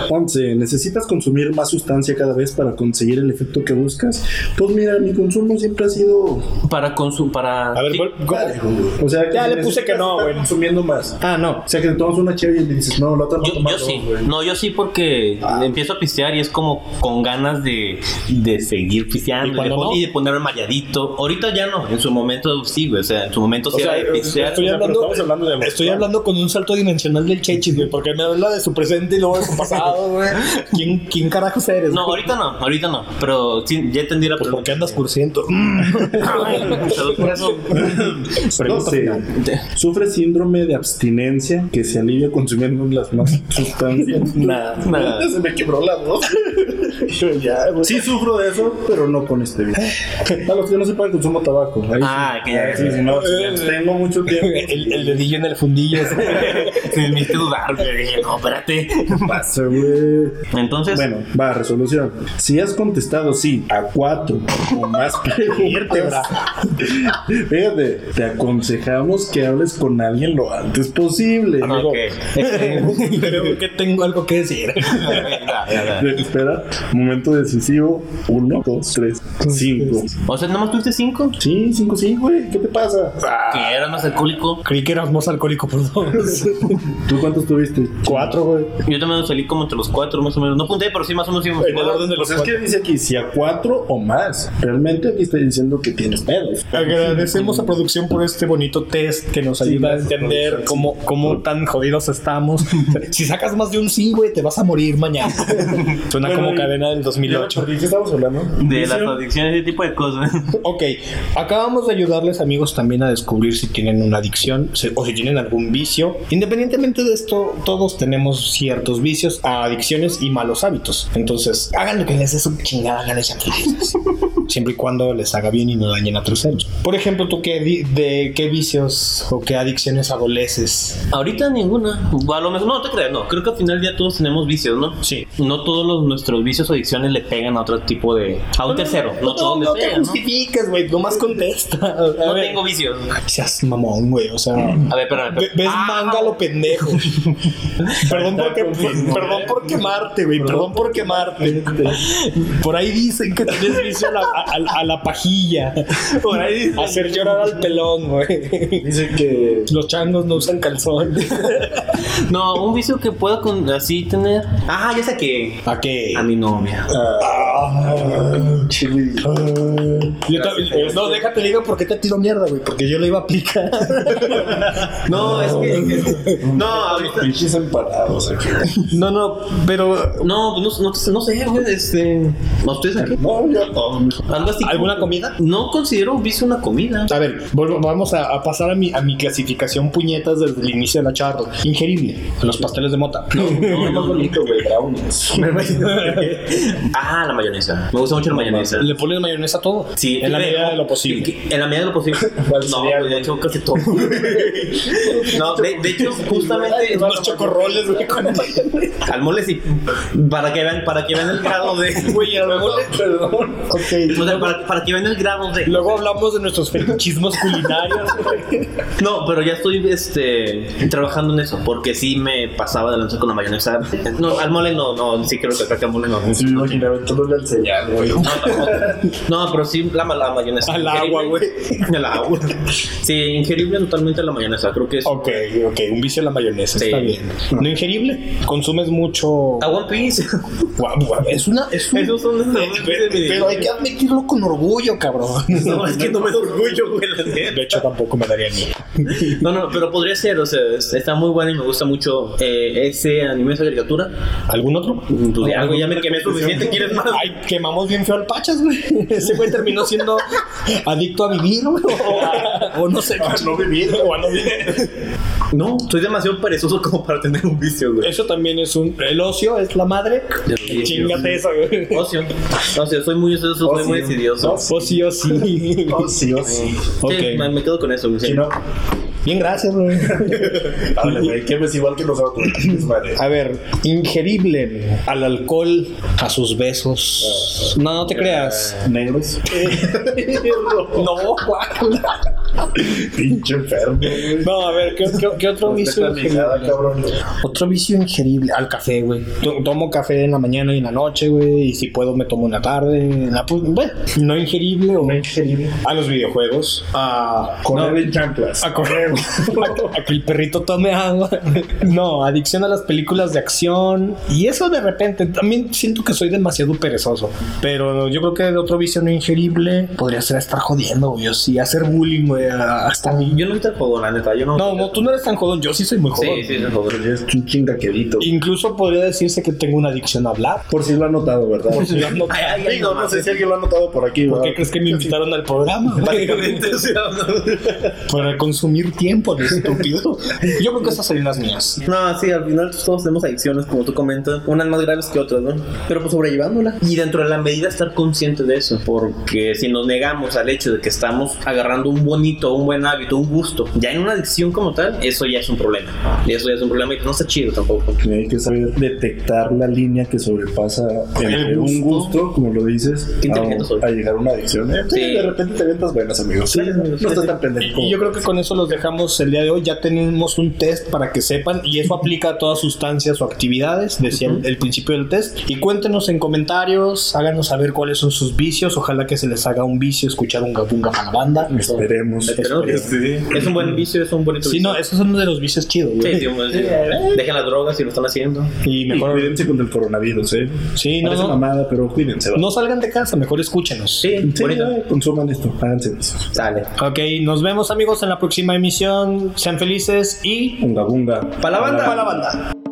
Speaker 3: 11. ¿Necesitas consumir más sustancia cada vez para conseguir el efecto que buscas? Pues mira, mi consumo siempre ha sido.
Speaker 2: Para consumir. Para.
Speaker 1: A ver, ¿cuál- cuál-
Speaker 3: O sea, que
Speaker 1: Ya
Speaker 3: si
Speaker 1: le puse
Speaker 3: necesitas
Speaker 1: que no,
Speaker 3: estar
Speaker 1: güey.
Speaker 3: Consumiendo más.
Speaker 1: Ah, no.
Speaker 3: O sea, que te tomas una chévere y le dices, no, la otra no
Speaker 2: Yo,
Speaker 3: tomas
Speaker 2: yo
Speaker 3: dos,
Speaker 2: sí,
Speaker 3: güey.
Speaker 2: no, yo sí porque
Speaker 1: Ah.
Speaker 2: empiezo a pistear y es como con ganas de, de seguir pisteando
Speaker 1: ¿Y
Speaker 2: y de,
Speaker 1: cuando
Speaker 2: pon-
Speaker 1: no?
Speaker 2: y de ponerme malladito. Ahorita ya no, en su momento sí, güey. O sea, en su momento sí
Speaker 1: O sea, eh,
Speaker 2: era de pistear.
Speaker 1: estoy
Speaker 3: O sea, pero
Speaker 1: hablando-
Speaker 3: estamos hablando de
Speaker 1: Estoy hablando con un salto dimensional del Chechi, güey, porque me habla de su presente y luego de su pasado, güey. ¿Quién, quién carajos eres?
Speaker 2: No, ahorita no, ahorita no. Pero sí, ya entendí la
Speaker 1: Pues
Speaker 2: pregunta.
Speaker 1: porque andas por ciento. [laughs]
Speaker 2: [laughs] Salud por [laughs] eso.
Speaker 3: Doce. Sufre síndrome de abstinencia que se alivia consumiendo las [laughs] más sustancias.
Speaker 2: Nada, nada.
Speaker 3: se me quebró la voz. Yo ya,
Speaker 1: [laughs]
Speaker 3: güey. Sí sufro de eso, pero no con este video. A los que no sepan consumo tabaco. Ahí
Speaker 2: Ah,
Speaker 3: sí.
Speaker 2: que ya-
Speaker 3: Sí, sí, no, tengo mucho tiempo. [laughs]
Speaker 1: El, el dedillo en el fundillo. así.
Speaker 2: [laughs] Sí, me hiciste dudar, güey. Dije, no, espérate.
Speaker 3: Pasa, güey.
Speaker 2: Entonces,
Speaker 3: Bueno, va, resolución. Si has contestado sí a cuatro o [laughs] más preguntas, fíjate, te aconsejamos que hables con alguien lo antes posible.
Speaker 2: ok. [laughs]
Speaker 1: Creo que tengo algo que decir.
Speaker 2: Ya, ya, ya.
Speaker 3: Espera, Momento decisivo. Uno, dos, tres, cinco.
Speaker 2: O sea, nomás tuviste cinco.
Speaker 3: Sí, cinco, sí, güey. ¿Qué te pasa? [laughs]
Speaker 1: Ah.
Speaker 2: Que era más alcohólico.
Speaker 1: Creí que eras más alcohólico por dos.
Speaker 3: ¿Tú cuántos tuviste?
Speaker 1: Cuatro, güey.
Speaker 2: Yo también salí como entre los cuatro, más o menos. No apunté, pero sí, más o menos íbamos.
Speaker 1: El orden de
Speaker 3: Pues
Speaker 1: los
Speaker 3: es que dice aquí, si a cuatro o más. Realmente aquí está diciendo que tienes pedos.
Speaker 1: Agradecemos a producción por este bonito test que nos ayuda a
Speaker 3: gracias,
Speaker 1: entender
Speaker 3: producción.
Speaker 1: cómo, cómo tan jodidos
Speaker 3: [laughs]
Speaker 1: estamos. si sacas más de un sí, güey, te vas a morir mañana. Suena
Speaker 3: Bueno,
Speaker 1: como
Speaker 3: y-
Speaker 1: cadena del 2008.
Speaker 3: ¿De qué estamos hablando?
Speaker 2: De las adicciones, ese tipo de cosas. [laughs]
Speaker 1: Ok, acabamos de ayudarles amigos también a descubrir si tienen una adicción se- o si tienen algún vicio. Independientemente de esto, todos tenemos ciertos vicios, adicciones y malos hábitos. Entonces, hagan lo que les dé su chingada gana de chanflitas. Siempre y cuando les haga bien y no dañen a terceros. Por ejemplo, ¿tú qué, di- de qué vicios o qué adicciones adoleces?
Speaker 2: Ahorita ninguna. A lo mejor, no te creas, no. Creo que al final ya todos tenemos vicios, ¿no?
Speaker 1: Sí.
Speaker 2: No todos los, nuestros vicios o adicciones le pegan a otro tipo de. a un tercero. No, todos le
Speaker 1: te
Speaker 2: pegan. ¿no?
Speaker 1: justifiques, güey. Nomás contesta.
Speaker 2: No
Speaker 1: A ver,
Speaker 2: tengo vicios.
Speaker 1: Seas mamón, güey. O sea...
Speaker 2: A ver, espérame. Ah.
Speaker 1: Ve- Ves manga lo pendejo. perdón, por que-
Speaker 3: confirmo.
Speaker 1: perdón por quemarte, güey. Perdón por quemarte. Por ahí dicen que tienes vicio a la, a- a- a la [laughs] pajilla.
Speaker 2: Por ahí dicen.
Speaker 1: A Hacer llorar al pelón, güey.
Speaker 3: Dice que
Speaker 1: Los changos no usan [laughs] calzón.
Speaker 2: No, un vicio que pueda con, así tener. Ah, ya sé que.
Speaker 1: ¿A qué?
Speaker 2: A mi novia.
Speaker 1: Ah,
Speaker 3: chile.
Speaker 1: yo también- no, déjate digo por qué te tiro mierda, güey. Porque yo lo iba a [laughs] aplicar.
Speaker 2: No, es que. [laughs] No, ahorita.
Speaker 3: [laughs] Pinches empanados aquí.
Speaker 1: No, no, pero.
Speaker 2: No, pues no, no, no sé, güey. Este. ¿A ustedes aquí?
Speaker 3: No, ya todo. mijo.
Speaker 2: ¿Algo así?
Speaker 1: ¿Alguna comida?
Speaker 2: No considero un vicio
Speaker 1: [laughs]
Speaker 2: una comida.
Speaker 1: A ver, volvo- vamos a, a pasar a mi, a mi clasificación puñetas desde el inicio de la charla. Ingerible. Los pasteles de [laughs] mota.
Speaker 2: No, no, no.
Speaker 3: güey, brownies.
Speaker 2: Ah, la mayonesa. Me gusta mucho la mayonesa.
Speaker 1: Le pones mayonesa a todo.
Speaker 2: Sí,
Speaker 1: en la
Speaker 2: creo.
Speaker 1: medida de lo posible.
Speaker 2: En la medida de lo
Speaker 1: [laughs]
Speaker 2: posible.
Speaker 3: ¿Cuál
Speaker 2: No,
Speaker 3: sería,
Speaker 2: pues, de hecho, casi todo. No, de, de hecho, justamente.
Speaker 1: Los chocorroles, güey, con
Speaker 2: Al mole sí. Para que vean, para que vean el grado de.
Speaker 1: Güey, al mole.
Speaker 3: [laughs] Perdón.
Speaker 1: Ok.
Speaker 2: O sea, para, para que vean el grado de.
Speaker 1: Luego hablamos de nuestros fetichismos [laughs] culinarios. güey.
Speaker 2: No, pero ya estoy este, trabajando en eso, porque sí me pasaba de lanza con la mayonesa. No, al mole no, no, sí creo que acá al mole no.
Speaker 3: Sí, me imaginaba entonces al señal, güey.
Speaker 2: No, tampoco. No, pero sí la, la mayonesa.
Speaker 1: Al agua, güey.
Speaker 2: Al agua. Sí, ingerible totalmente la mayonesa, creo que es.
Speaker 1: ok, ok. Un vicio en la mayonesa.
Speaker 2: Sí.
Speaker 1: Está bien. No ingerible. Consumes mucho.
Speaker 2: Agua en Piece.
Speaker 1: Guau, guau, Es una. Es un-
Speaker 2: Esos son los-
Speaker 1: Pero- Pero hay que admitirlo con orgullo, [laughs] cabrón.
Speaker 2: No, es que no me da orgullo, güey. la neta.
Speaker 1: De hecho, tampoco me daría miedo.
Speaker 2: No, no, pero podría ser, o sea, es- está muy bueno y me gusta mucho eh, ese anime, esa caricatura.
Speaker 1: ¿Algún otro?
Speaker 2: Pues ya, güey, ya me quemé suficiente, ¿quieres más?
Speaker 1: Ay, quemamos bien feo al Pachas, güey. [laughs] Ese güey terminó siendo adicto a vivir, güey. O, a- o no sé.
Speaker 3: A no vivir.
Speaker 1: O a no vivir.
Speaker 2: No, soy demasiado perezoso [laughs] como para tener un vicio,
Speaker 3: Eh,
Speaker 2: güey.
Speaker 1: Eso también es un. El ocio es la madre.
Speaker 2: El ocio.
Speaker 1: Chingate eso, güey.
Speaker 2: Ocio. Ocio, soy muy ocioso, soy muy
Speaker 3: Ocio.
Speaker 2: decidioso.
Speaker 1: Ocio, sí.
Speaker 3: Oh, sí, oh, sí.
Speaker 2: Sí, me,
Speaker 1: Ok.
Speaker 2: me quedo con eso, güey.
Speaker 3: Si no,
Speaker 1: Bien, gracias, güey. [laughs]
Speaker 3: Ándale, güey, que es igual que nosotros. Desmadre.
Speaker 1: A ver, ingerible al alcohol, a sus besos. No, no te creas.
Speaker 3: Negros.
Speaker 1: No, guácala.
Speaker 3: Pinche enfermo.
Speaker 1: No, a ver, ¿qué, qué- qué otro vicio?
Speaker 3: Nada, cabrón.
Speaker 1: Otro vicio ingerible al café, güey. To- Tomo café en la mañana y en la noche, güey. Y si puedo, me tomo en la tarde. en la pu- bueno, no ingerible o
Speaker 3: Ingenible.
Speaker 1: a los videojuegos. A
Speaker 3: Correr en chanclas.
Speaker 1: A correr. [laughs] a, a que el perrito tome agua. No, adicción a las películas de acción. Y eso de repente. También siento que soy demasiado perezoso. Pero yo creo que de otro vicio no ingerible podría ser estar jodiendo, güey. o sí, hacer bullying, güey. a- Hasta mí.
Speaker 2: Yo no soy tan jodón, la neta. Yo no.
Speaker 1: No, no, tú no eres tan jodón. Yo sí soy muy jodón.
Speaker 2: Sí, sí, soy jodón.
Speaker 3: Es un chingaquerito.
Speaker 1: Incluso podría decirse que tengo una adicción a hablar.
Speaker 3: Por si lo han notado, ¿verdad?
Speaker 1: Por si ya no-
Speaker 2: Ay, [laughs] ay, ay,
Speaker 3: Digo, no
Speaker 2: mames.
Speaker 3: sé si alguien lo ha notado por aquí,
Speaker 1: ¿Por qué
Speaker 3: ¿verdad?
Speaker 1: crees que me invitaron al programa? güey?
Speaker 2: Prácticamente, o sea,
Speaker 1: [laughs]
Speaker 2: no.
Speaker 1: Para consumir tiempo, lo estúpido. Yo creo que esas serían las mías.
Speaker 2: No, sí, al final todos tenemos adicciones, como tú comentas, unas más graves que otras, ¿no? Pero pues sobrellevándola. Y dentro de la medida estar consciente de eso, porque si nos negamos al hecho de que estamos agarrando un boni- mito, un buen hábito, un gusto. Ya en una adicción como tal, eso ya es un problema. Eso ya es un problema y no está chido tampoco.
Speaker 3: Hay que saber detectar la línea que sobrepasa entre
Speaker 1: El
Speaker 3: un
Speaker 1: gusto.
Speaker 3: gusto, como lo dices,
Speaker 2: Qué inteligente soy.
Speaker 3: a, a llegar a una adicción. Eh,
Speaker 2: Sí.
Speaker 3: De repente te ventas buenas, amigos.
Speaker 2: Sí,
Speaker 3: no
Speaker 2: amigos,
Speaker 3: estás
Speaker 2: sí.
Speaker 3: tan pendejo.
Speaker 1: Y yo creo que con eso los dejamos el día de hoy. Ya tenemos un test para que sepan y eso aplica a todas sustancias o actividades, decía el, el principio del test. Y cuéntenos en comentarios, háganos saber cuáles son sus vicios. Ojalá que se les haga un vicio escuchar un gabunga para la banda.
Speaker 3: Esperemos. Este,
Speaker 2: Pero es un buen vicio, es un bonito
Speaker 1: Sí,
Speaker 2: vicio.
Speaker 1: no, esos son de los vicios chidos, güey.
Speaker 2: Sí, sí, un buen vicio. Dejen las drogas si lo están haciendo.
Speaker 1: Y
Speaker 3: Y
Speaker 1: mejor.
Speaker 3: cuídense contra el coronavirus, ¿eh?
Speaker 1: Sí, no,
Speaker 3: Parece
Speaker 1: no.
Speaker 3: mamada, pero cuídense. va.
Speaker 1: No salgan de casa, mejor escúchenos.
Speaker 2: Sí,
Speaker 3: Sí,
Speaker 2: bonito.
Speaker 3: eh, consuman esto, háganse.
Speaker 2: Sale.
Speaker 1: Ok, nos vemos amigos en la próxima emisión. Sean felices y
Speaker 3: Bunga, bunga.
Speaker 2: Pa' la banda.
Speaker 1: para la banda.